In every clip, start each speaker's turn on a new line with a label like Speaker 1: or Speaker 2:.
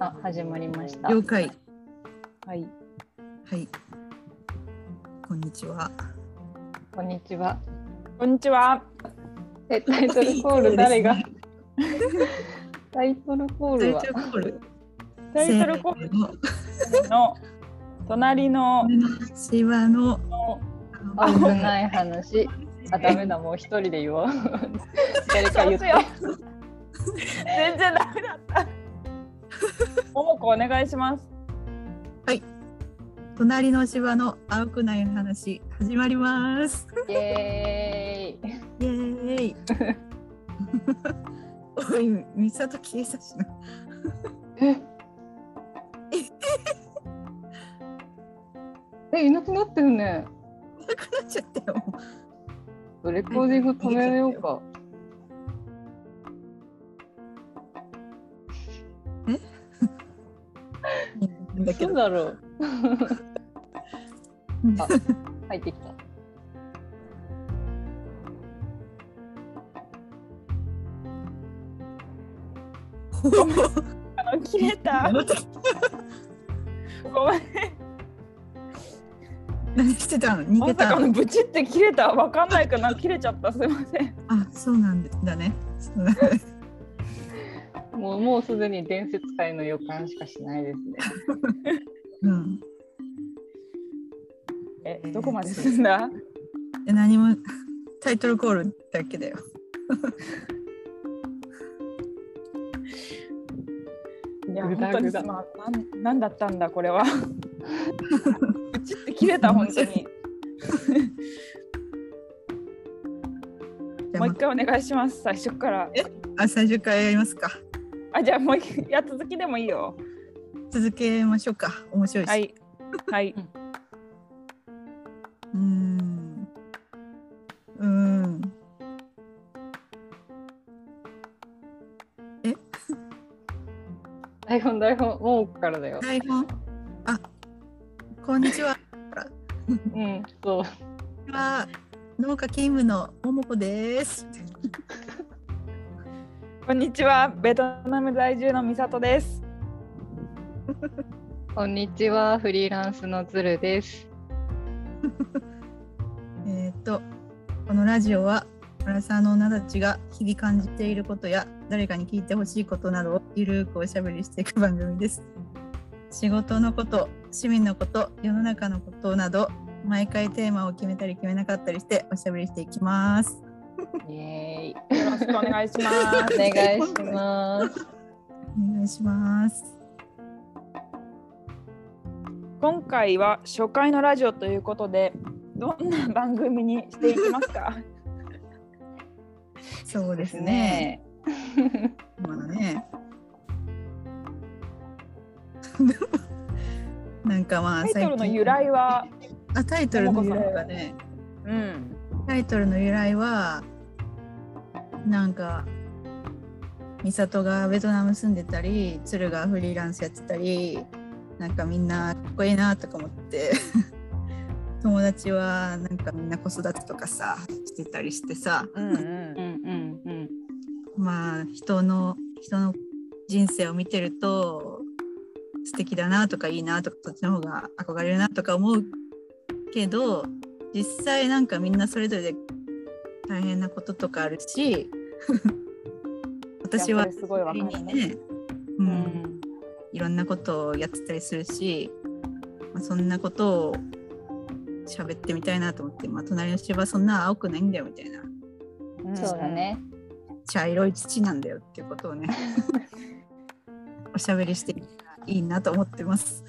Speaker 1: あ、始まりました。
Speaker 2: 了解。
Speaker 1: はい、
Speaker 2: はい。こんにちは。
Speaker 1: こんにちは。
Speaker 3: こんにちは。
Speaker 1: え、タイトルコール誰が？ タイトルコー
Speaker 2: タイ
Speaker 1: ルは
Speaker 2: トルコール。
Speaker 3: タイトルコールの隣の
Speaker 2: ルのシワのあ
Speaker 1: 危
Speaker 2: の
Speaker 1: ない話。あ、ダメだ。もう一人で言おう。誰か言って。
Speaker 3: 全然ダメだった。ももこお願いします。
Speaker 2: 隣のシワの青くない話始まります。
Speaker 1: イエーイ。
Speaker 2: イエーイ。おい、ミサト消えさしな。
Speaker 1: え、いなくなってるね。
Speaker 2: なくなっちゃったよ。
Speaker 1: レコーディング止めようか。
Speaker 2: なんだけ
Speaker 1: どう
Speaker 2: ど。
Speaker 1: だろう。
Speaker 2: うん
Speaker 1: あ入ってきた。
Speaker 3: あの切れた。 ごめん。
Speaker 2: 何してたの？逃
Speaker 3: ま
Speaker 2: げ
Speaker 3: さ
Speaker 2: た
Speaker 3: か。のブチって切れた。わかんないかな。切れちゃった。すいません。
Speaker 2: あ、そうなんだね。そうなんだね
Speaker 1: もうもうすでに伝説界の予感しかしないですね。
Speaker 2: うん。
Speaker 3: え、どこまで進んだ？
Speaker 2: え何もタイトルコールだけだよ。
Speaker 3: いや、
Speaker 1: ぐ
Speaker 3: 本
Speaker 1: だ
Speaker 3: 当に
Speaker 1: ぐだ
Speaker 3: すまんなんなんだったんだこれは。 ブチって切れた本当に。
Speaker 2: じゃ
Speaker 3: も
Speaker 2: あ
Speaker 3: う一回お願いします。最初から。
Speaker 2: あ最初からやりますか。
Speaker 3: あ、じゃあもう一回いや続きでもいいよ。
Speaker 2: 続けましょうか。面白いし。
Speaker 3: は、い。はい。
Speaker 2: うーん。うーん。
Speaker 1: 台本台本もうからだよ。
Speaker 2: 台本。あ。こんにちは。
Speaker 1: うん、そう。
Speaker 2: こんにちは農家勤務のももこです。
Speaker 3: こんにちは。ベトナム在住のみさとです。
Speaker 1: こんにちは、フリーランスのズルです。
Speaker 2: えっ、と。このラジオは。アラサーの女たちが日々感じていることや誰かに聞いてほしいことなどをゆるーくおしゃべりしていく番組です。仕事のこと市民のこと世の中のことなど毎回テーマを決めたり決めなかったりしておしゃべりしていきます。
Speaker 1: イエーイ。
Speaker 3: よろしくお願いしま
Speaker 1: お
Speaker 3: す。
Speaker 1: 願いします。
Speaker 2: お願いします。
Speaker 3: 今回は初回のラジオということで、どんな番組にしていきますか。
Speaker 2: そうで
Speaker 1: ですす
Speaker 2: ね。
Speaker 1: ね。
Speaker 2: まだね。 なんかまあ
Speaker 3: タイトルの由来は、
Speaker 2: あタイトルの由来はね
Speaker 3: うん、
Speaker 2: タイトルの由来はなんか美里がベトナム住んでたり鶴がフリーランスやってたりなんかみんなかっこいいなとか思って 友達はなんかみんな子育てとかさしてたりしてさ
Speaker 3: うん、
Speaker 1: う
Speaker 3: う
Speaker 1: ん
Speaker 3: ん、
Speaker 1: うんうん。
Speaker 2: まあ人の人の人生を見てると素敵だなとかいいなとかそっちの方が憧れるなとか思うけど実際なんかみんなそれぞれで大変なこととかあるし 私
Speaker 3: い
Speaker 2: は
Speaker 3: やそれすごいわかるね
Speaker 2: ね、う、
Speaker 1: うんん。
Speaker 2: いろんなことをやってたりするし、まあ、そんなことを喋ってみたいなと思って、まあ、隣の芝はそんな青くないんだよみたいな
Speaker 3: うん
Speaker 1: そうだ。ね。
Speaker 2: 茶色い土なんだよっていうこと をねおしゃべりしていいなと思ってます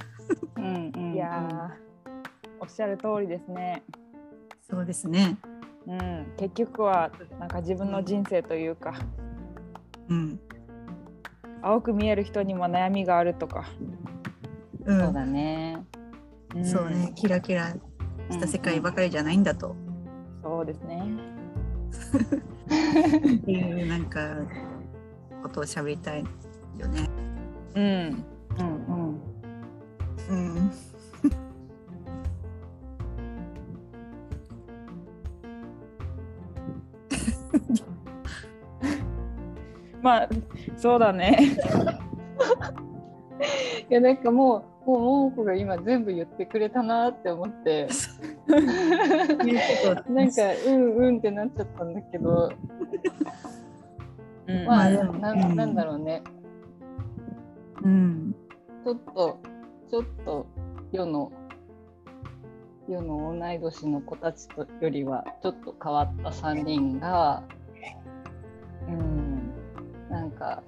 Speaker 1: うんうんうん。
Speaker 3: いやー、おっしゃる通りですね。
Speaker 2: そうですね
Speaker 3: うん、結局はなんか自分の人生というか、
Speaker 2: うん
Speaker 3: 青く見える人にも悩みがあるとか。
Speaker 2: うん
Speaker 1: そうだね。
Speaker 3: ん
Speaker 2: そうね。キラキラした世界ば
Speaker 1: か
Speaker 2: かりじゃないんだと、
Speaker 3: そうですね。
Speaker 2: っていうなんかことをしゃべりたいよね
Speaker 3: うん。
Speaker 1: り。うん
Speaker 2: うん
Speaker 3: まあそうだね。
Speaker 1: いやなんかもうもう桃子が今全部言ってくれたなって思ってなんかうんうんってなっちゃったんだけど
Speaker 3: うん
Speaker 1: ま
Speaker 2: ま
Speaker 1: あ
Speaker 2: あ
Speaker 1: でもな
Speaker 2: うん
Speaker 1: んなんだろうね
Speaker 2: うん、
Speaker 1: ちょっとちょっと世の世の同い年の子たちとよりはちょっと変わった3人がうんなんか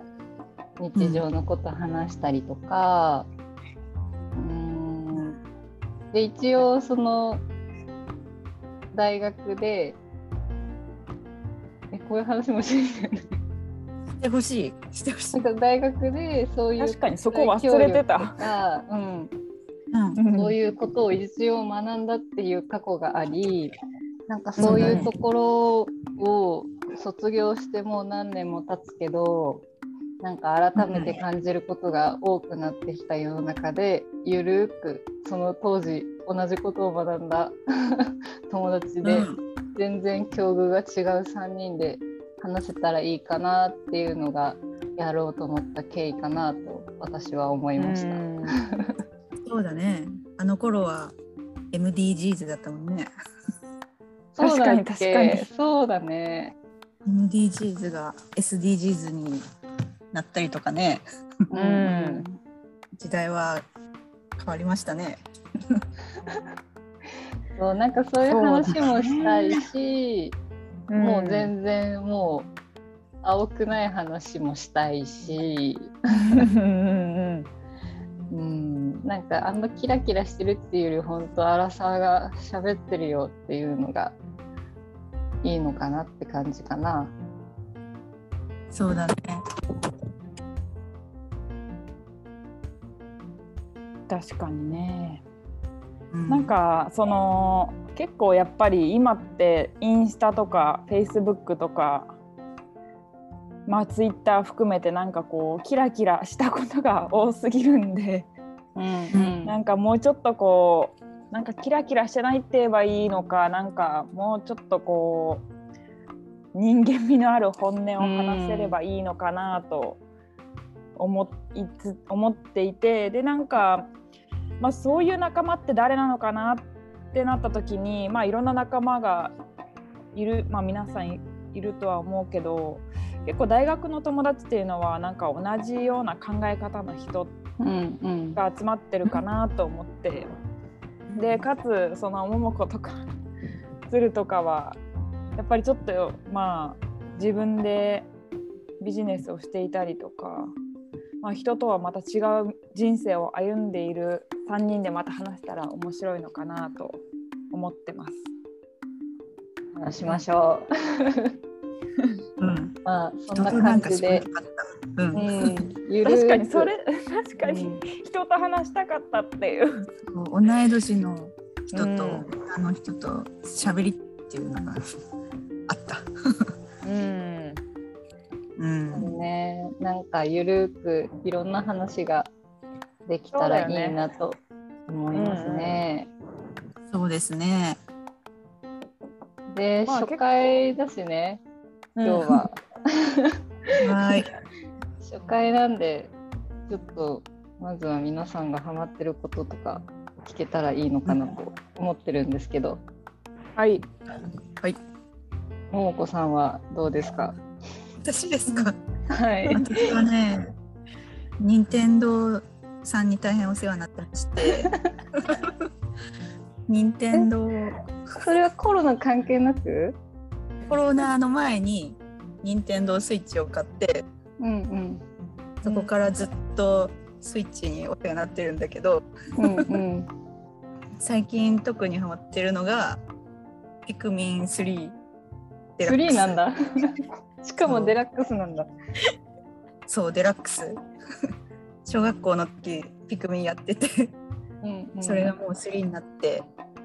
Speaker 1: 日常のこと話したりとか、うん、で一応その大学でえこういう話もしない よね
Speaker 2: してほしいしてほし
Speaker 1: ないん、か大学でそういう
Speaker 3: 確かにそこ忘れてた。
Speaker 1: た、うん、
Speaker 2: うん
Speaker 1: そういうことを一応学んだっていう過去がありなんかそういうところを卒業してもう何年も経つけどなんか改めて感じることが多くなってきた世の中でゆるーくその当時同じことを学んだ 友達で全然境遇が違う3人で話せたらいいかなっていうのがやろうと思った経緯かなと私は思いました。
Speaker 3: うん
Speaker 2: そうだねあの頃は MDGs だったもんね
Speaker 1: そうだっけ
Speaker 3: 確かに確かに
Speaker 1: そうだね。
Speaker 2: MDGs が SDGs になったりとかね
Speaker 1: う
Speaker 3: うん
Speaker 2: 時代は変わりましたね
Speaker 1: そうなんかそういう話もしたいし、
Speaker 3: ん
Speaker 1: もう全然もう青くない話もしたいし、
Speaker 3: うんうん
Speaker 1: うん、なんかあんまキラキラしてるっていうより本当アラサーが喋ってるよっていうのがいいのかなって感じかな。
Speaker 2: そうだね
Speaker 3: 確かにね。
Speaker 2: う
Speaker 3: なんかその結構やっぱり今ってインスタとかフェイスブックとかまあツイッター含めてなんかこうキラキラしたことが多すぎるんで
Speaker 1: うん
Speaker 2: ん
Speaker 3: なんかもうちょっとこうなんかキラキラしてないって言えばいいのかなんかもうちょっとこう人間味のある本音を話せればいいのかなと思いつ思っていてでなんか、まあ、そういう仲間って誰なのかなってなった時に、まあ、いろんな仲間がいる、まあ、皆さんいいるとは思うけど結構大学の友達っていうのはなんか同じような考え方の人
Speaker 1: うんうん
Speaker 3: が集まってるかなと思ってでかつその桃子とか鶴とかはやっぱりちょっとまあ自分でビジネスをしていたりとか、まあ、人とはまた違う人生を歩んでいる3人でまた話したら面白いのかなと思ってます。
Speaker 1: 話しましょ
Speaker 2: うん
Speaker 1: う。まあそん
Speaker 2: 人
Speaker 1: な
Speaker 2: とな
Speaker 1: 感
Speaker 2: んか
Speaker 1: じ
Speaker 2: しか
Speaker 1: で
Speaker 2: な。かったうん
Speaker 1: うん、ゆるーく
Speaker 3: 確かにそれ確か
Speaker 1: う
Speaker 3: に
Speaker 1: ん
Speaker 3: 人と話したかったっていう。
Speaker 2: 同い年の人と、
Speaker 1: うん
Speaker 2: あの人と喋りっていうのがあった。
Speaker 3: うん
Speaker 2: うん、
Speaker 1: ね、なんかゆるくいろんな話ができたらいいなと思いますね。
Speaker 2: そうですね。
Speaker 1: で、
Speaker 3: まあ
Speaker 1: 初回だしね、今日は。
Speaker 2: はい。
Speaker 1: 初回なんで、ちょっとまずは皆さんがハマってることとか聞けたらいいのかなと思ってるんですけど、
Speaker 3: はい
Speaker 2: はい。
Speaker 1: ももこさんはどうですか
Speaker 2: 私ですか。
Speaker 1: はい。
Speaker 2: 私はね、任天堂さんに大変お世話になってま して、任天堂
Speaker 1: それはコロナ関係なく
Speaker 2: コロナの前に任天堂スイッチを買って、
Speaker 1: うん
Speaker 2: そこからずっとスイッチにお世話になってるんだけど、
Speaker 1: うん。うんうん。
Speaker 2: 最近特にハマってるのが「ピクミン3」デラックス
Speaker 1: 3なんだ。しかもデラックスなんだ。
Speaker 2: そうデラックス 小学校の時ピクミンやってて
Speaker 1: うんうん
Speaker 2: それがもう3になって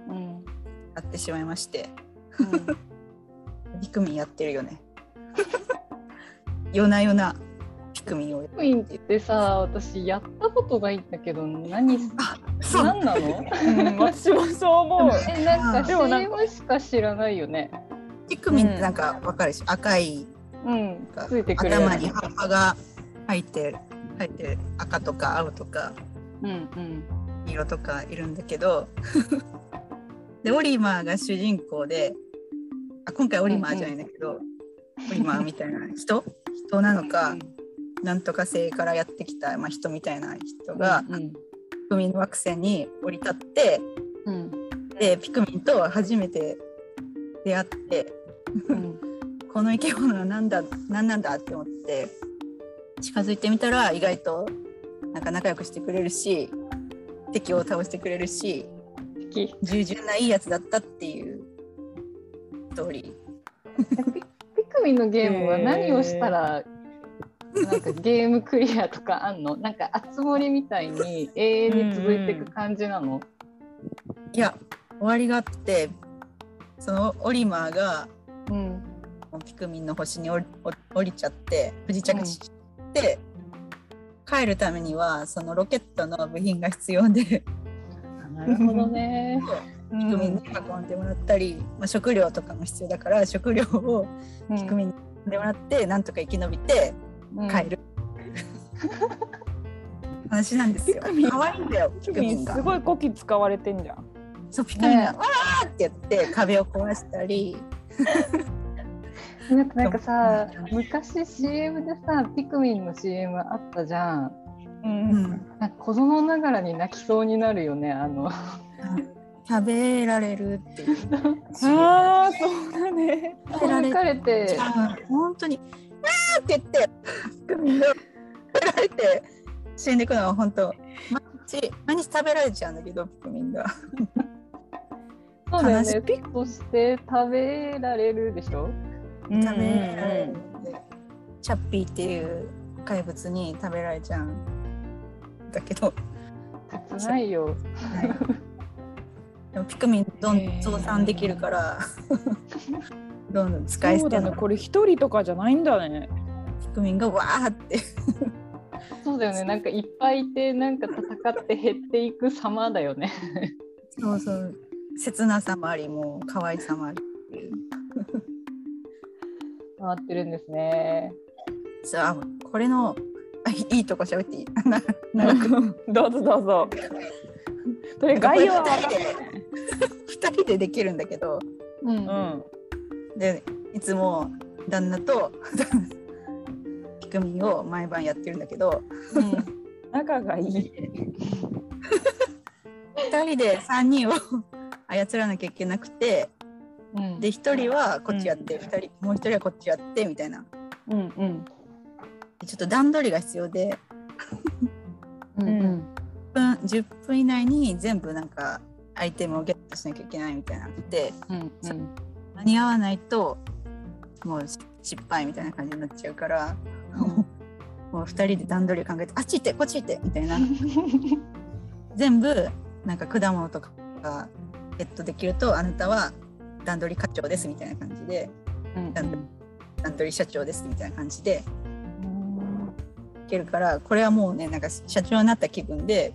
Speaker 1: うん
Speaker 2: なってしまいまして
Speaker 1: うん
Speaker 2: ピクミンやってるよね 夜な夜なピクミンを
Speaker 1: ピクミンってさ、私やったことないんだけど、何、
Speaker 2: そう
Speaker 1: 何なの
Speaker 3: うん、私もそう思う。
Speaker 1: え、なんか
Speaker 3: でもなん
Speaker 1: CM しか知らないよね。
Speaker 2: ピクミンってなんかわかるでしょ、赤い
Speaker 1: うん
Speaker 2: なん、か
Speaker 1: ついてくるやつ
Speaker 2: 頭に葉っぱが入って入ってる赤とか青とか
Speaker 1: うんうん
Speaker 2: 色とかいるんだけど でオリマーが主人公であ今回オリマーじゃないんだけど、オリマーみたいな人人なのか、なんとか星からやってきた、まあ、人みたいな人が、
Speaker 1: うん
Speaker 2: ピクミンの惑星に降り立って
Speaker 1: うん
Speaker 2: でピクミンと初めて出会って
Speaker 1: うん
Speaker 2: この生き物は何だ何なんだって思って近づいてみたら意外となんか仲良くしてくれるし敵を倒してくれるし
Speaker 1: き
Speaker 2: 従順ないいやつだったっていうストーリ
Speaker 1: ピクミンのゲームは何をしたら、なんかゲームクリアとかあんのなんか熱盛みたいに永遠に続いていく感じなの、
Speaker 2: ーいや終わりがあってそのオリマーが
Speaker 1: うん
Speaker 2: ピクミンの星に降り降り降りちゃって不時着して、帰るためにはそのロケットの部品が必要で
Speaker 1: なるほどね。
Speaker 2: ピクミンに運んでもらったり、まあ、食料とかも必要だから食料をピクミンに運んでもらって、なんとか生き延びて帰る、話なんですよ。
Speaker 3: ピクミン
Speaker 2: 可愛いんだよピ
Speaker 3: ピ
Speaker 2: ク
Speaker 3: クミ
Speaker 2: ミ
Speaker 3: ン
Speaker 2: ンが
Speaker 3: す。ごいコキ使われてんじゃん。
Speaker 2: そうピクミンが、
Speaker 1: ね
Speaker 2: わーってやって壁を壊したり
Speaker 1: うんなんかなんかさ昔 CM でさピクミンの CM あったじゃん。
Speaker 3: う
Speaker 2: うん
Speaker 1: なんか子供ながらに泣きそうになるよねあの。
Speaker 2: 食べられるっていう。
Speaker 3: ああそうだね。
Speaker 2: 食べられ
Speaker 1: かれて
Speaker 2: 本当に「あー!」って言ってピクミンが食べられて死んでいくのは本当毎日毎日食べられちゃうんだけどピクミンが
Speaker 1: そうだよ
Speaker 2: 悲し
Speaker 1: ねピッとして食べられるでしょ。
Speaker 3: うん
Speaker 2: 食べられるでチャッピーっていう怪物に食べられちゃうんだけど、
Speaker 1: 切ないよ。
Speaker 2: でもピクミンど
Speaker 3: へ
Speaker 2: ん
Speaker 3: ー
Speaker 2: 増産できるから どんどん使い
Speaker 3: そ
Speaker 2: 捨
Speaker 3: う
Speaker 2: て
Speaker 3: だ
Speaker 2: の
Speaker 3: ねこれ一人とかじゃないんだね。
Speaker 2: ピクミンがわーって
Speaker 1: そうだよねなんかいっぱいいてなんか戦って減っていく様だよね。
Speaker 2: そうそう切なさもありもう可愛さもありっていう。
Speaker 1: 回ってるんですね。
Speaker 2: さあこれのあいいいとこ喋っていいな長く
Speaker 3: どうぞどうぞ。とりあえず概要は分かっ
Speaker 2: 2人でできるんだけど
Speaker 1: うん
Speaker 3: う。ん。
Speaker 2: でいつも旦那とピクミンを毎晩やってるんだけど
Speaker 3: 仲がいい。
Speaker 2: 2人で3人を 操らなきゃいけなくて
Speaker 1: うん
Speaker 2: で1人はこっちやって、
Speaker 3: うん
Speaker 2: 二人もう1人はこっちやってみたいな
Speaker 1: うんうん
Speaker 2: でちょっと段取りが必要で
Speaker 1: うんうん
Speaker 2: 分10分以内に全部なんかアイテムをゲットしなきゃいけないみたいなので
Speaker 1: うんうん
Speaker 2: 間に合わないともう失敗みたいな感じになっちゃうから、もう2人で段取りを考えてあっち行ってこっち行ってみたいな全部なんか果物とかがゲットできるとあなたは段取り課長ですみたいな感じで
Speaker 1: うん
Speaker 2: 段取り社長ですみたいな感じでいけるからこれはもうねなんか社長になった気分で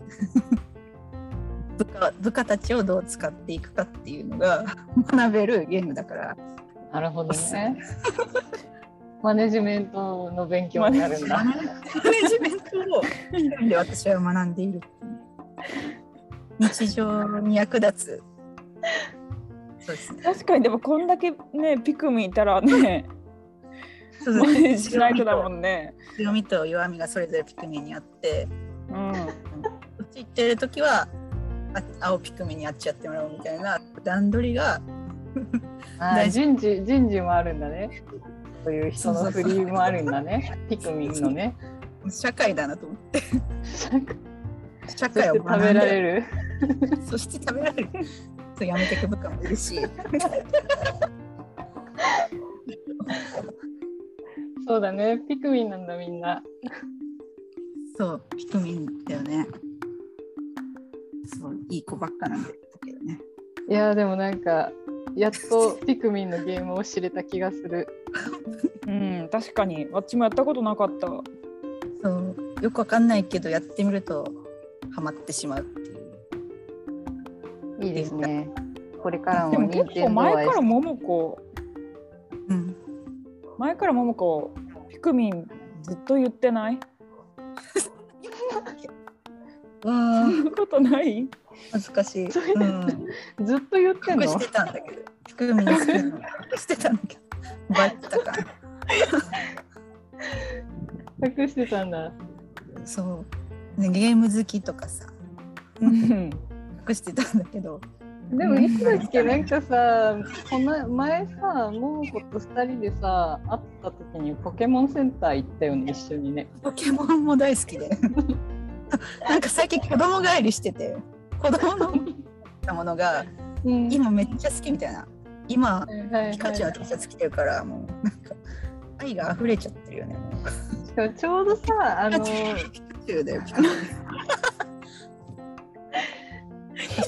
Speaker 2: 部下部下たちをどう使っていくかっていうのが学べるゲームだから。
Speaker 1: なるほどね。マネジメントの勉強になるんだ。
Speaker 2: マネジメントを一人で私は学んでいるっていう日常に役立つそうですね
Speaker 3: 確かにでもこんだけねピクミンいたらね
Speaker 2: そう
Speaker 3: マ
Speaker 2: そう
Speaker 3: ネしないとだもんね。
Speaker 2: 強みと弱みがそれぞれピクミンにあって
Speaker 3: うん。
Speaker 2: こっち行ってる時はあ青ピクミンにあっちやってもらおうみたいな段取りが
Speaker 1: あー人事人事もあるんだね。そういう人の振りもあるんだね。ピクミンのね。
Speaker 2: 社会だなと思って
Speaker 1: そして
Speaker 2: 社会を
Speaker 1: 食
Speaker 2: 学んで
Speaker 1: べられる。
Speaker 2: そして食べられるそうやめてく部下もいるし
Speaker 1: そうだね。ピクミンなんだみんな。
Speaker 2: そうピクミンだよねそういい子ばっかなんだけどね
Speaker 1: いやーでもなんかやっとピクミンのゲームを知れた気がする。
Speaker 3: うん、確かに。私もやったことなかった。
Speaker 2: そうよくわかんないけどやってみるとハマってしまうっていう
Speaker 1: いいですね。これから
Speaker 3: で
Speaker 1: も
Speaker 3: も
Speaker 1: 任
Speaker 3: 結構
Speaker 1: 天堂
Speaker 3: 前
Speaker 1: 愛
Speaker 3: から桃子、
Speaker 2: うん
Speaker 3: 前から桃子、ピクミンずっと言ってない
Speaker 2: わ
Speaker 3: そ
Speaker 2: あ
Speaker 3: んな ことない
Speaker 2: 恥ずか しい。
Speaker 1: それ
Speaker 2: う
Speaker 1: で
Speaker 2: ん、
Speaker 1: ずっと言ってん
Speaker 2: 隠
Speaker 1: の
Speaker 2: してたんだけど、含みにしてたの隠してたんだ けど、バレてたから。
Speaker 1: 隠してたんだ。
Speaker 2: そう、ね、ゲーム好きとかさ
Speaker 3: うん
Speaker 2: 隠してたんだけど
Speaker 1: でもいつだっけなんかさこの前さ桃子と2人でさ会った時にポケモンセンター行ったよね一緒にね
Speaker 2: ポケモンも大好き でなんか最近子供帰りしてて子供のものが
Speaker 1: うん
Speaker 2: 今めっちゃ好きみたいな今
Speaker 1: はいはい
Speaker 2: ピカチュウの T シャツ着てるからもうなんか愛が溢れちゃってるよね
Speaker 1: しかもちょうどさあ
Speaker 2: ピカ
Speaker 1: の
Speaker 2: チュウ
Speaker 1: ち
Speaker 2: ピカチュウだよピカチュ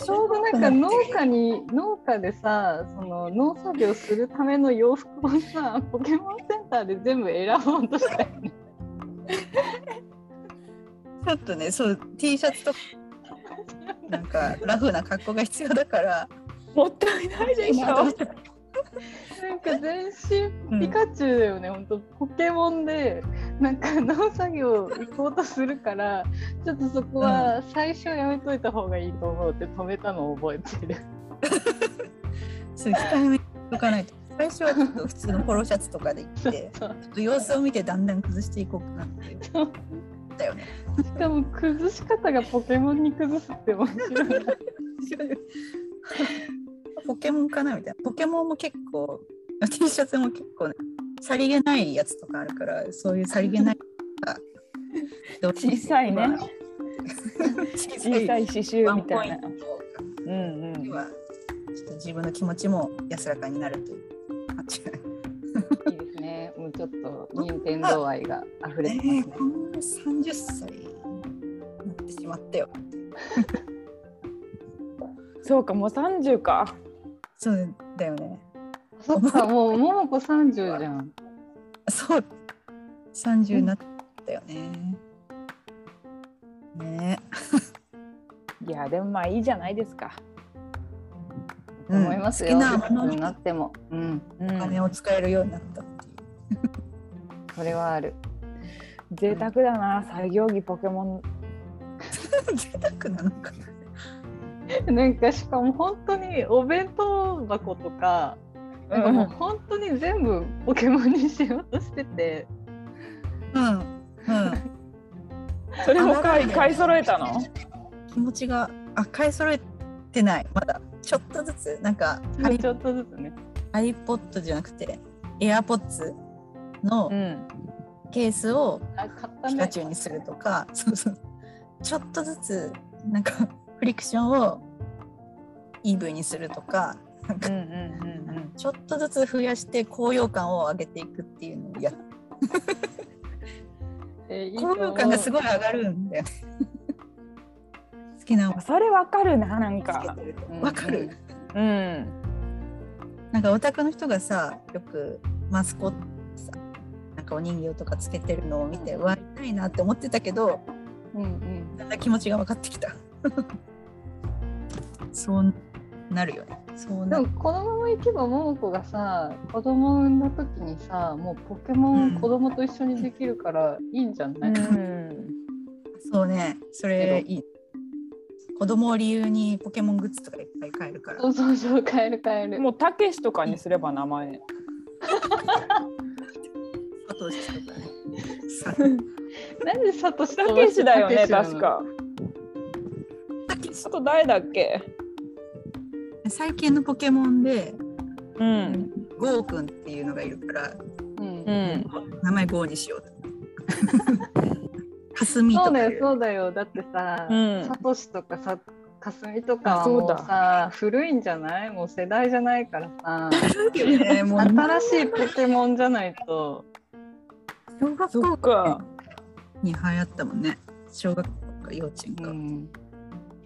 Speaker 1: ょうどなんか農家に農家でさその農作業するための洋服をさポケモンセンターで全部選ぼうとしたよね
Speaker 2: ウちょっとねそう T シャツとかなんかラフな格好が必要だから
Speaker 3: もったいないでしょ
Speaker 2: な
Speaker 1: な
Speaker 2: ん
Speaker 1: んか全身ピカチュウだよね、本当ポケモンでなんか農作業行こうとするからちょっとそこは最初やめといた方がいいと思うって止めたのを覚えてる。
Speaker 2: そう控えめにしとかないと最初はちょっと普通のポロシャツとかで行って
Speaker 1: そう
Speaker 2: ちょっと様子を見てだんだん崩していこうかな って
Speaker 1: そう
Speaker 2: だよね。
Speaker 1: しかも崩し方がポケモンに崩すって面白い。
Speaker 2: ポケモンかなみたいな。ポケモンも結構 T シャツも結構、ね、さりげないやつとかあるからそういうさりげない
Speaker 3: 小さいね
Speaker 2: 小さ
Speaker 3: 小さ
Speaker 2: い
Speaker 3: い刺繍みたいな
Speaker 2: ワンポイントを
Speaker 3: うんうん
Speaker 2: 今ちょっと自分の気持ちも安らかになるという感じ。
Speaker 1: いいですね。もうちょっと任天堂愛が溢れてます
Speaker 2: え
Speaker 1: ね
Speaker 2: ー、。こんな30歳になってしまったよ。
Speaker 3: そうかもう30か
Speaker 2: そうだよね。
Speaker 1: そっかもう桃子三十じゃん。
Speaker 2: そう30になったよね。ね
Speaker 3: いやでもまあいいじゃないですか
Speaker 2: うん
Speaker 1: 思いますよ。
Speaker 2: 好きなもの
Speaker 1: になっても。うん。
Speaker 3: う
Speaker 2: お金
Speaker 3: ん
Speaker 2: を使えるようになったっていう。
Speaker 1: それはある。
Speaker 3: 贅沢だな作業着ポケモン
Speaker 2: 贅沢なのかな。
Speaker 1: なんかしかも本当にお弁当箱とかなんかもう本当に全部ポケモンにしようとしてて
Speaker 2: うん。うん。
Speaker 3: それも買
Speaker 2: あ
Speaker 3: い
Speaker 2: まだ
Speaker 3: 買い揃えたの
Speaker 2: 気持ちが、あ、買い揃えてない。まだ。ちょっとずつ、なんか、ハリ
Speaker 1: ちょっとずつね
Speaker 2: ハリポッドじゃなくて、エアポッツの
Speaker 3: うん
Speaker 2: ケースを
Speaker 1: あ買った
Speaker 2: ピカ
Speaker 1: ね
Speaker 2: チュウにするとか、そうそう。ちょっとずつ、なんか、フリクションを EV にするとか、なん
Speaker 3: う
Speaker 2: か
Speaker 3: ん、うんうんうん
Speaker 2: ちょっとずつ増やして高揚感を上げていくっていうのをやっ
Speaker 1: えーいいと
Speaker 2: 高
Speaker 1: 思う
Speaker 2: 揚感がすごい上がるんだよね。好きなもの
Speaker 3: それわかるななん
Speaker 2: つけ
Speaker 3: か
Speaker 2: てると
Speaker 1: うん
Speaker 2: わかる、
Speaker 3: うん
Speaker 2: なんかオタクの人がさよくマスコットさなんかお人形とかつけてるのを見て、
Speaker 1: うん
Speaker 2: うわ痛いなって思ってたけど
Speaker 1: うんうん
Speaker 2: だんだん気持ちが分かってきた そうなるよねそう
Speaker 1: で
Speaker 2: な
Speaker 1: も
Speaker 2: る
Speaker 1: このままいけば桃子がさ子供を産んだ時にさもうポケモ
Speaker 2: うん
Speaker 1: ン子供と一緒にできるからいいんじゃない、
Speaker 3: うん
Speaker 2: そうねそれいい子供を理由にポケモングッズとかいっぱい買えるから
Speaker 1: そうそうそう買える買える
Speaker 3: もうたけしとかにすれば名前
Speaker 2: サトシとかねさ
Speaker 1: なんでサトシ
Speaker 3: た
Speaker 1: と
Speaker 3: けしだよね
Speaker 1: タケシな
Speaker 3: 確
Speaker 1: の
Speaker 3: か
Speaker 2: たけし
Speaker 3: あと誰だっけ
Speaker 2: 最近のポケモンで
Speaker 3: うん
Speaker 2: ゴーくんっていうのがいるから
Speaker 1: うん
Speaker 3: うん
Speaker 2: 名前ゴーにし ようとかすみと
Speaker 1: そう
Speaker 2: か
Speaker 1: だ
Speaker 2: いう
Speaker 1: よそうだよだってさ、
Speaker 3: うん
Speaker 1: サトシとかさかすみとか
Speaker 3: あ
Speaker 1: は
Speaker 3: そう
Speaker 1: も
Speaker 3: だ
Speaker 1: うさ古いんじゃないもう世代じゃないからさ
Speaker 2: ね、もう
Speaker 1: 新しいポケモンじゃないと
Speaker 2: 小学
Speaker 3: そ
Speaker 2: 校
Speaker 3: っか
Speaker 2: に流行ったもんね小学校か幼稚園
Speaker 1: う
Speaker 2: か、
Speaker 1: ん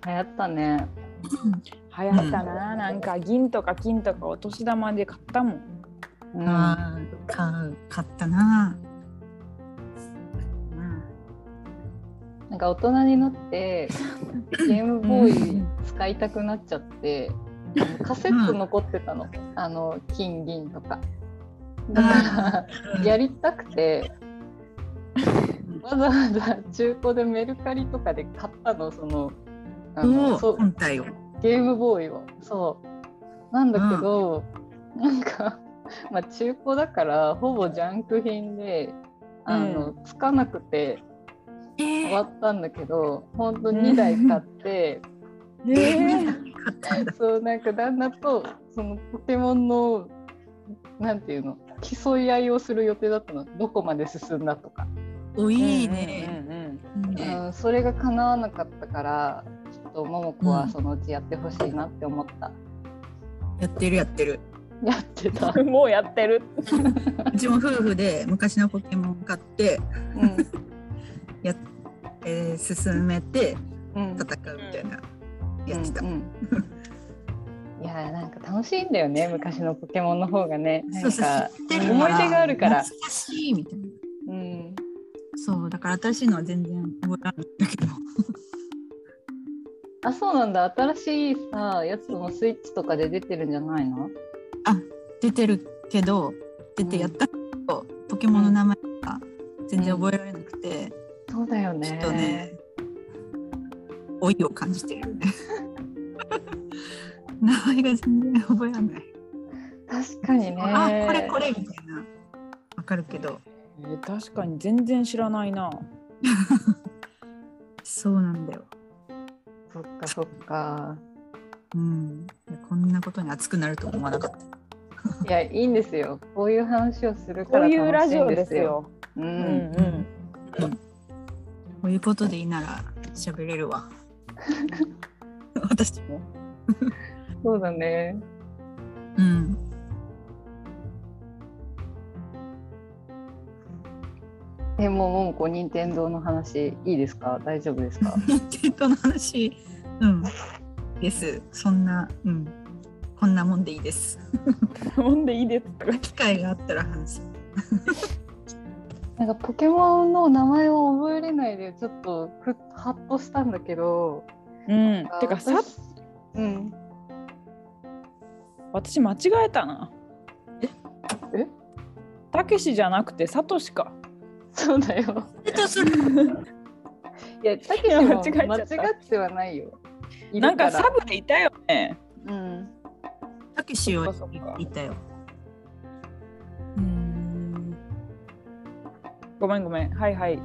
Speaker 1: 流行ったね
Speaker 3: 流行ったな、なんか銀とか金とかお年玉で買ったもん
Speaker 1: うん
Speaker 2: あーか買ったな
Speaker 1: なんか大人になってゲームボーイ使いたくなっちゃってあのカセット残ってたの、あの金銀とかだからやりたくてわざわざ中古でメルカリとかで買ったのそのあの
Speaker 2: の
Speaker 1: そう
Speaker 2: 本体を。
Speaker 1: ゲームボーイをそうなんだけど、なんか、 まあ、中古だからほぼジャンク品であの、つかなくて
Speaker 2: え
Speaker 1: 終
Speaker 2: ー
Speaker 1: わったんだけど本当2台買って、
Speaker 3: えー
Speaker 2: 買ったんだ。
Speaker 1: そうなんか旦那とそのポケモンのなんていうの競い合いをする予定だったのどこまで進んだとか、
Speaker 2: おいいね。
Speaker 3: うんうんうん
Speaker 2: うん
Speaker 1: うん、それが叶わなかったからちょっと桃子はそのうちやってほしいなって思った、
Speaker 2: やってるやってる。
Speaker 1: やってた、
Speaker 3: うんもうやってる。
Speaker 2: うちも夫婦で昔のポケモン買って、
Speaker 1: うん
Speaker 2: えー進めて
Speaker 1: うん
Speaker 2: 戦うみたいなやってた。
Speaker 1: うん うんいやーなんか楽しいんだよね昔のポケモンの方がねなん
Speaker 2: そうそう
Speaker 1: か
Speaker 2: 知ってる
Speaker 1: 思い出があるから、
Speaker 2: 懐かしいみたいな。
Speaker 1: うん、
Speaker 2: そうだから新しいのは全然覚えられないんだけど。
Speaker 1: あそうなんだ新しいさやつもスイッチとかで出てるんじゃないの
Speaker 2: 出てるけど出てやったけど、ポケモンの名前が全然覚えられなくて、
Speaker 1: そうだよね
Speaker 2: ちょっとね老いを感じてるよ ね名前が全然覚えられない、
Speaker 1: 確かにね
Speaker 2: あこれこれみたいなわかるけど
Speaker 3: えー確かに全然知らないな。
Speaker 2: そうなんだよ、
Speaker 1: そっかそっか
Speaker 2: うん、いやこんなことに熱くなると思わなかった
Speaker 1: いやいいんですよこういう話をする
Speaker 3: こ
Speaker 1: から
Speaker 3: う
Speaker 1: 楽し
Speaker 3: い
Speaker 1: いんですよう、
Speaker 3: うラジオですよ。うんんうん。
Speaker 2: こういうことでいいなら喋れるわ私も
Speaker 1: そうだね
Speaker 2: うん
Speaker 1: でももうこう任天堂の話いいですか大丈夫ですか
Speaker 2: 任天堂の話、うん、です。そんな、うん、こんなもんでいいです。
Speaker 3: 飲んでいいですとか言って。
Speaker 2: 機会があったら話す。
Speaker 1: なんかポケモンの名前を覚えれないでちょっとふハッとしたんだけど
Speaker 3: うん。てかさ、
Speaker 1: 私うん
Speaker 3: 私間違えたな。
Speaker 1: え
Speaker 3: たけしじゃなくてさとしか。
Speaker 1: そうだよ
Speaker 2: えっと、それ、
Speaker 1: いやたけしも
Speaker 3: いや
Speaker 1: 間違
Speaker 3: 間違
Speaker 1: っ
Speaker 3: えちゃった
Speaker 1: てはないよい
Speaker 3: なん
Speaker 1: る
Speaker 3: からサブでいたよね。
Speaker 1: うん
Speaker 2: たけしを
Speaker 3: そっかそっか
Speaker 2: いたよ。
Speaker 3: うん。ごめんごめん。はいはい。
Speaker 1: い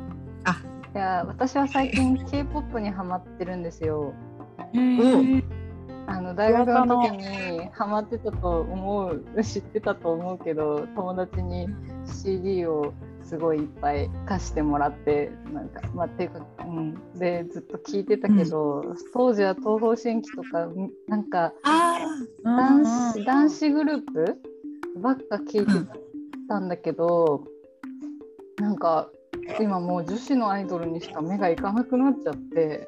Speaker 1: や私は最近 K-POP にハマってるんですよ
Speaker 2: ん
Speaker 1: あの大学の時にハマってたと思う知ってたと思うけど友達に CD をすごいいっぱい貸してもらってなんかまあっていうか、うん、でずっと聞いてたけど、当時は東方神起とかうんなんか
Speaker 2: あ
Speaker 1: 男
Speaker 3: う
Speaker 1: 子
Speaker 3: ん
Speaker 1: 男子グループばっか聞いてたんだけど、なんか今もう女子のアイドルにしか目がいかなくなっちゃって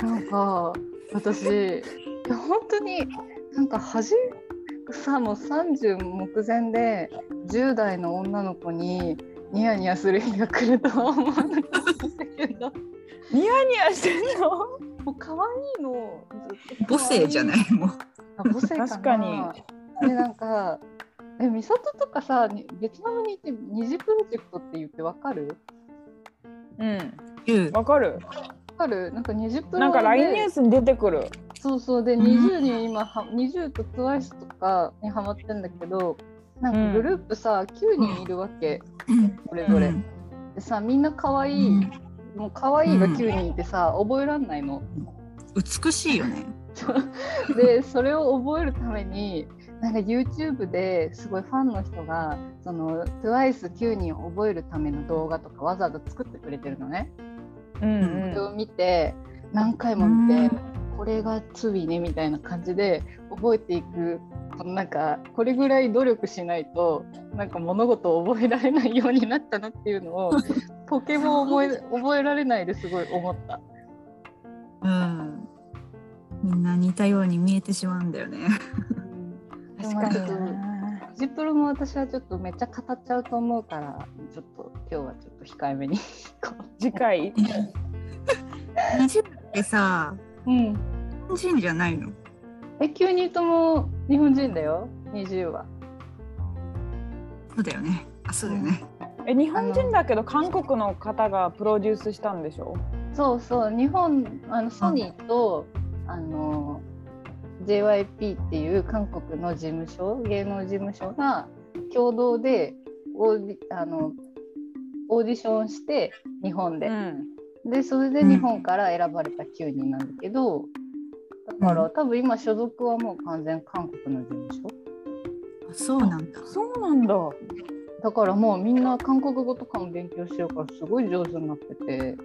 Speaker 1: なんか私いや本当になんか恥さもう30目前で10代の女の子にニヤニヤする日が来るとは思わなかったんだけど
Speaker 3: ニヤニヤしてんの。
Speaker 1: もう可愛いのずっ
Speaker 2: あ、
Speaker 1: と可愛
Speaker 2: 母性じゃない、もう。
Speaker 1: あ母性かな
Speaker 3: 確かに
Speaker 1: でなんかえ美里とかさにベトナムに行って二次プロジェクトって言ってわかる
Speaker 3: うん。
Speaker 2: うん
Speaker 3: わかる。
Speaker 1: わかるなんか二次プロで
Speaker 3: なんかラインニュースに出てくる。
Speaker 1: そうそうで20に今は20と TWICE とかにハマってんだけどなんかグループさ9人いるわけ
Speaker 2: うん
Speaker 1: それぞれ、
Speaker 2: うん
Speaker 1: でさみんな可愛い、
Speaker 2: うん
Speaker 1: もう可愛いが9人いてさ覚えらんないの
Speaker 2: 美しいよね。
Speaker 1: でそれを覚えるためになんか YouTube ですごいファンの人がその TWICE9 人を覚えるための動画とかわざわざ作ってくれてるのね。
Speaker 3: うん
Speaker 1: それを見て何回も見て、これが罪ねみたいな感じで覚えていくこのなんかこれぐらい努力しないとなんか物事を覚えられないようになったなっていうの をポケモンを覚え覚えられないですごい思った。
Speaker 2: うん。みんな似たように見えてしまうんだよね。
Speaker 1: 確かになジプロも私はちょっとめっちゃ語っちゃうと思うからちょっと今日はちょっと控えめに
Speaker 3: 次回。
Speaker 2: 二十ってさ、
Speaker 1: うん
Speaker 2: 日本人じゃないの。
Speaker 1: え急にとも日本人だよ20は
Speaker 2: そうだよね。あ、そうだよね。
Speaker 3: え日本人だけど韓国の方がプロデュースしたんでしょ
Speaker 1: そうそう日本あのソニーとあの JYP っていう韓国の事務所芸能事務所が共同でオーディあのオーディションして日本で、
Speaker 3: ん、
Speaker 1: でそれで日本から選ばれた9人なんだけど、だから多分今所属はもう完全韓国の事務所
Speaker 2: あそうなんだ。
Speaker 3: そうなんだ
Speaker 1: だからもうみんな韓国語とかも勉強しようからすごい上手になってて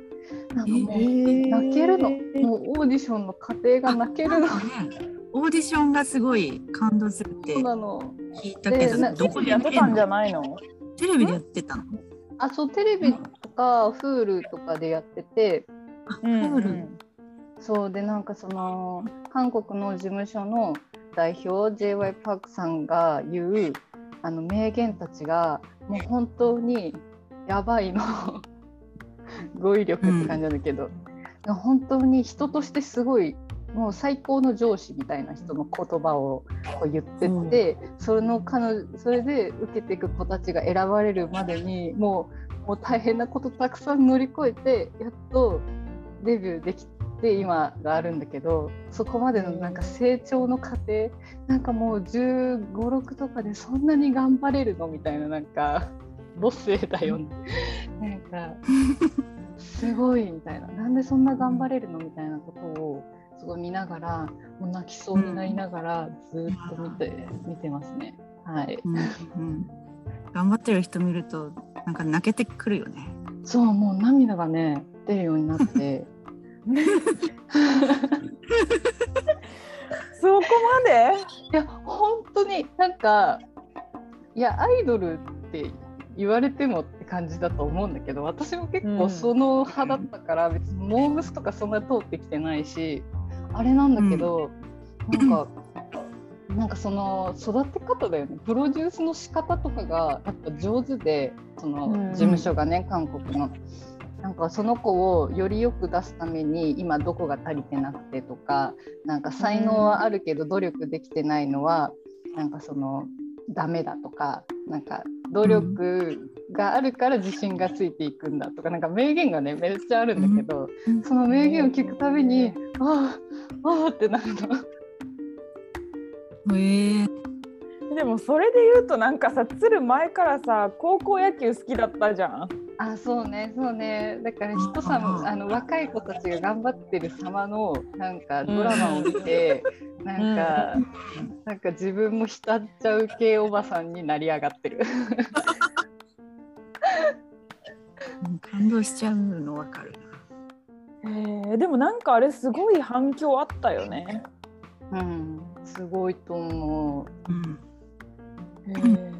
Speaker 1: なんかもう泣
Speaker 2: 泣
Speaker 1: けるの、もうオーディションの過程が泣けるの
Speaker 2: なんかねオーディションがすごい感動するって
Speaker 1: そうなの
Speaker 2: 聞いたけ
Speaker 1: でな
Speaker 2: ど、どこで
Speaker 3: や
Speaker 2: や
Speaker 3: っ
Speaker 2: ってて
Speaker 3: た
Speaker 2: た
Speaker 3: ん
Speaker 2: ん
Speaker 3: じ
Speaker 2: じ
Speaker 3: ゃ
Speaker 2: ゃ
Speaker 3: ないの
Speaker 2: テレビでやってたの。
Speaker 1: あそうテレビとか Hulu とかでやってて
Speaker 2: あ、
Speaker 3: う
Speaker 2: プ
Speaker 3: ん、う
Speaker 2: ール。
Speaker 3: ん、
Speaker 1: そうでなんかその韓国の事務所の代表 j y パークさんが言うあの名言たちがもう本当にやばいの 語彙力って感じなんだけど、本当に人としてすごいもう最高の上司みたいな人の言葉をこう言ってって、それの彼女それで受けていく子たちが選ばれるまでにもうもう大変なことたくさん乗り越えてやっとデビューできて今があるんだけどそこまでのなんか成長の過程なんかもう1 5六6とかでそんなに頑張れるのみたいななんか母性だよね。なんかすごいみたいななんでそんな頑張れるのみたいなことをすごい見ながらもう泣きそうになりながらずーっと見て、見てますね。はい、
Speaker 2: うんうん頑張ってる人見るとなんか泣けてくるよね。
Speaker 1: そうもう涙がね出るようになって
Speaker 3: そこまで
Speaker 1: いや本当になんかいやアイドルって言われてもって感じだと思うんだけど私も結
Speaker 3: う
Speaker 1: 構
Speaker 3: ん
Speaker 1: その派だったから、別にモームスとかそんな通ってきてないしあれなんだけど、なんか。なんかその育て方だよねプロデュースの仕方とかがやっぱ上手でその
Speaker 3: うん
Speaker 1: 事務所がね、韓国のなんかその子をよりよく出すために今どこが足りてなくてとかなんか才能はあるけど努力できてないのはなんかそのダメだとかなんか努力があるから自信がついていくんだとかなんか名言がねめっちゃあるんだけど
Speaker 2: うん
Speaker 1: その名言を聞くたびにああああってなるの。
Speaker 2: へえ。
Speaker 3: でもそれで言うとなんかさ鶴前からさ高校野球好きだったじゃん
Speaker 1: あそうねそうねだから人さ
Speaker 2: うんん
Speaker 1: あの若い子たちが頑張ってる様のなんかドラマを見 て、なんか、なんか自分も浸っちゃう系おばさんになり上がってる
Speaker 2: うん感動しちゃうのわかる
Speaker 3: えーでもなんかあれすごい反響あったよね。
Speaker 1: うんすごいと思う
Speaker 2: な。うん。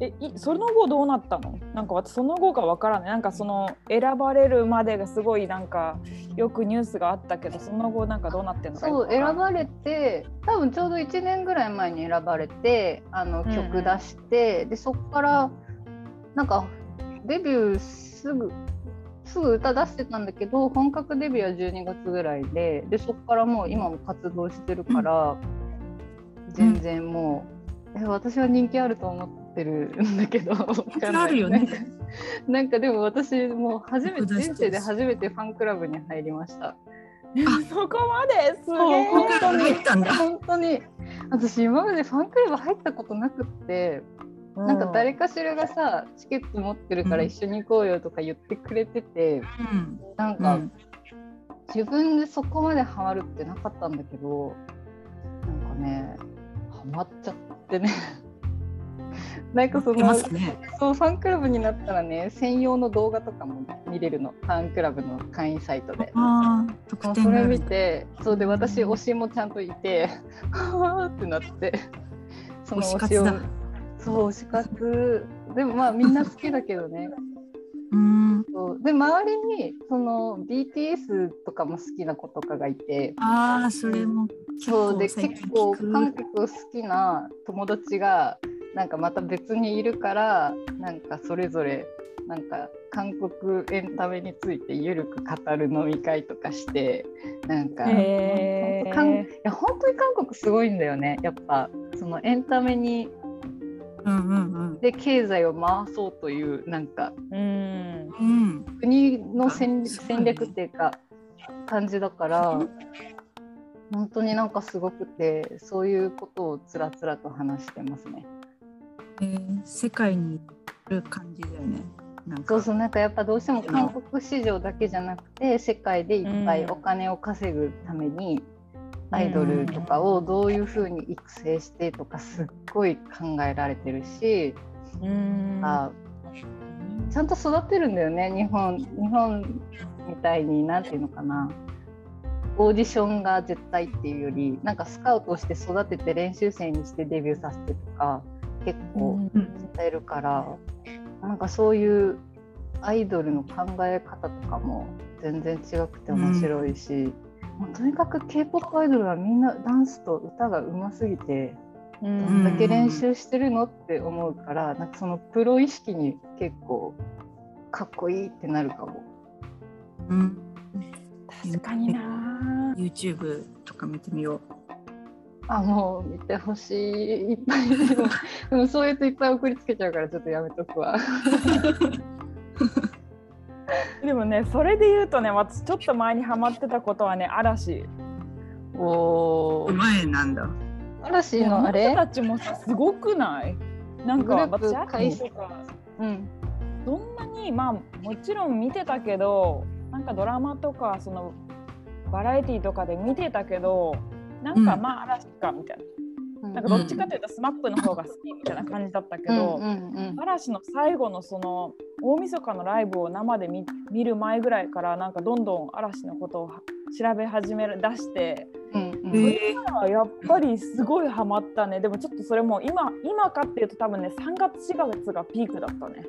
Speaker 3: えいその後どうなったのなんか私その後がわからないなんかその選ばれるまでがすごいなんかよくニュースがあったけどその後なんかどうなってんのか
Speaker 1: そう選
Speaker 3: れ
Speaker 1: ばれて多分ちょうど1年ぐらい前に選ばれてあの
Speaker 3: んうん
Speaker 1: 曲出して、でそこからなんかデビューすぐすぐ歌出してたんだけど本格デビューは12月ぐらいででそこからもう今も活動してるから、全然もうえ私は人気あると思ってるんだけど人
Speaker 2: 気あるよね
Speaker 1: なんかでも私もう初めて
Speaker 2: 曲出し
Speaker 1: 人
Speaker 2: て
Speaker 1: 生
Speaker 2: るし
Speaker 1: で初めてファンクラブに入りました。
Speaker 3: そこまですげ
Speaker 1: そう
Speaker 3: え
Speaker 1: 本当に
Speaker 2: 入ったん だ。
Speaker 1: 本当に私今までファンクラブ入ったことなくって、なんか誰かしらがさチケット持ってるから
Speaker 2: うん
Speaker 1: 一緒に行こうよとか言ってくれてて、
Speaker 2: うん。
Speaker 1: なん
Speaker 2: う
Speaker 1: か
Speaker 2: ん
Speaker 1: 自分でそこまでハマるってなかったんだけどなんかねハマっちゃってね なんかそ
Speaker 2: 出ま
Speaker 1: の
Speaker 2: すね。
Speaker 1: そうファンクラブになったらね専用の動画とかも見れるのファンクラブの会員サイトで。
Speaker 2: ああ、特
Speaker 1: そう
Speaker 2: 典
Speaker 1: そ
Speaker 2: があ
Speaker 1: れ
Speaker 2: る
Speaker 1: 見てそうで私推しもちゃんといてはあってなって そ
Speaker 2: 推し活だ
Speaker 1: そう推し活でもまあみんな好きだけどね
Speaker 2: うん。
Speaker 1: そうで周りにその BTS とかも好きな子とかがいて
Speaker 2: ああ、それも結
Speaker 1: そう
Speaker 2: 構
Speaker 1: で
Speaker 2: 最近
Speaker 1: 結構
Speaker 2: 聞く。
Speaker 1: 韓国好きな友達がなんかまた別にいるからなんかそれぞれなんか韓国エンタメについてゆるく語る飲み会とかしてなんか、
Speaker 3: へ
Speaker 1: ほん
Speaker 3: ー
Speaker 1: と韓いや本当に韓国すごいんだよねやっぱそのエンタメに
Speaker 2: うんうん
Speaker 1: で経済を回そうというなんか
Speaker 3: うん
Speaker 2: うんうん
Speaker 1: 国の戦
Speaker 2: あそうな
Speaker 1: 戦
Speaker 2: んだ
Speaker 1: 略っていうか感じだから本当になんかすごくてそういうことをつらつらと話してますね。
Speaker 2: えー世界にいる感じだよねなん
Speaker 1: そ
Speaker 2: か
Speaker 1: うそうなんかやっぱどうしても韓国市場だけじゃなくて世界でいっぱいお金を稼ぐためにアイドルとかをどういうふうに育成してとかすっごい考えられてるし、
Speaker 3: うん
Speaker 1: あちゃんと育てるんだよね日本日本みたいになんていうのかなオーディションが絶対っていうよりなんかスカウトして育てて練習生にしてデビューさせてとか結構
Speaker 3: うん
Speaker 1: 伝えるから、なんかそういうアイドルの考え方とかも全然違くて面白いし、もうとにかく k p o p アイドルはみんなダンスと歌がうますぎて
Speaker 3: う
Speaker 1: ど
Speaker 3: ん
Speaker 1: んだけ練習してるのって思うからなんかそのプロ意識に結構かっこいいってなるかも。
Speaker 2: うん、
Speaker 3: 確かにな
Speaker 2: YouTube とか見てみよ
Speaker 1: あもう見てほしいいっ ぱいでもでもそういうといっぱい送りつけちゃうからちょっとやめとくわ。
Speaker 3: でもねそれで言うとね私ちょっと前にハマってたことはね嵐
Speaker 1: お
Speaker 2: う前なんだ
Speaker 1: 嵐
Speaker 3: あ
Speaker 1: のあれ
Speaker 3: 人たちもすごくないなんか
Speaker 1: グループ
Speaker 3: 私
Speaker 1: 解
Speaker 3: 嵐
Speaker 1: 散
Speaker 3: とか
Speaker 1: うん
Speaker 3: そんなにまあもちろん見てたけどなんかドラマとかそのバラエティとかで見てたけどなんか
Speaker 2: うん
Speaker 3: まあ嵐かみたいな,、
Speaker 1: うん
Speaker 3: なんかどっちかというと SMAP の方が好きみたいな感じだったけど、
Speaker 1: うんうんうん
Speaker 3: 嵐の最後のその大晦日のライブを生で見見る前ぐらいからなんかどんどん嵐のことをは調べ始める出して
Speaker 1: うんうん
Speaker 2: え
Speaker 3: あやっぱりすごいハマったねでもちょっとそれも今今かっていうと多分ね3月4月がピークだったね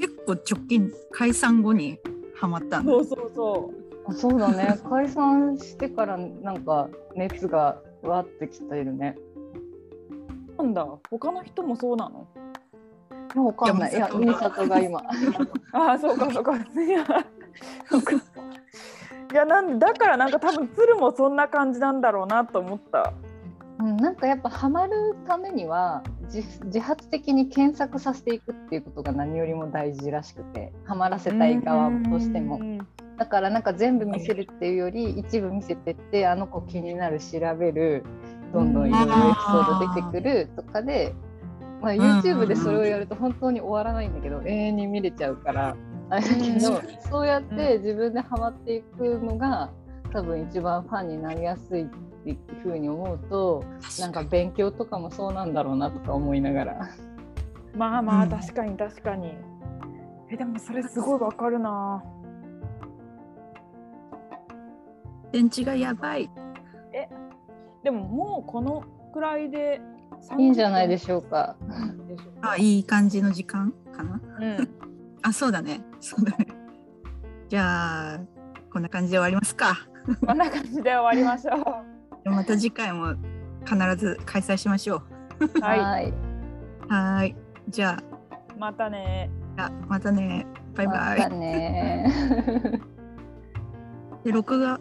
Speaker 2: 結構直近解散後にハマったんだ
Speaker 3: そうそうそう
Speaker 1: あそうだね解散してからなんか熱がわってきてるね
Speaker 3: なんだ他の人もそうなの
Speaker 1: いやわかんないいや
Speaker 2: 山里
Speaker 1: ミサトが今
Speaker 3: ああそうかそう かいやそうかいやなんだからなんか多分鶴もそんな感じなんだろうなと思った
Speaker 1: うんなんかやっぱハマるためには自自発的に検索させていくっていうことが何よりも大事らしくてハマらせたい側としてもだからなんか全部見せるっていうより一部見せてってあの子気になる調べるどんどんいろいろエピソード出てくるとかで、まあ、
Speaker 2: んうんうん
Speaker 1: YouTube でそれをやると本当に終わらないんだけど永遠に見れちゃうからあれだけどそうやって自分でハマっていくのが多分一番ファンになりやすいっていうふうに思うとなんか勉強とかもそうなんだろうなとか思いながら。
Speaker 3: まあま
Speaker 2: う
Speaker 3: あ
Speaker 2: ん
Speaker 3: 確かに確かに、えでもそれすごいわかるな
Speaker 2: 電池がやばい
Speaker 3: でももうこのくらいで
Speaker 1: いいんじゃないで
Speaker 3: し
Speaker 1: しょうか。
Speaker 3: でしょう
Speaker 2: あいい感じの時間かな
Speaker 3: うん
Speaker 2: あそうだねそうだねじゃあこんな感じで終わりますか
Speaker 3: こんな感じで終わりましょ
Speaker 2: また次回も必ず開催しましょ
Speaker 3: う は
Speaker 1: はい。
Speaker 2: うはーいじゃあ
Speaker 3: いまたね
Speaker 2: じゃあまたねバイバ
Speaker 1: ま
Speaker 2: イ
Speaker 1: たね。
Speaker 2: で録画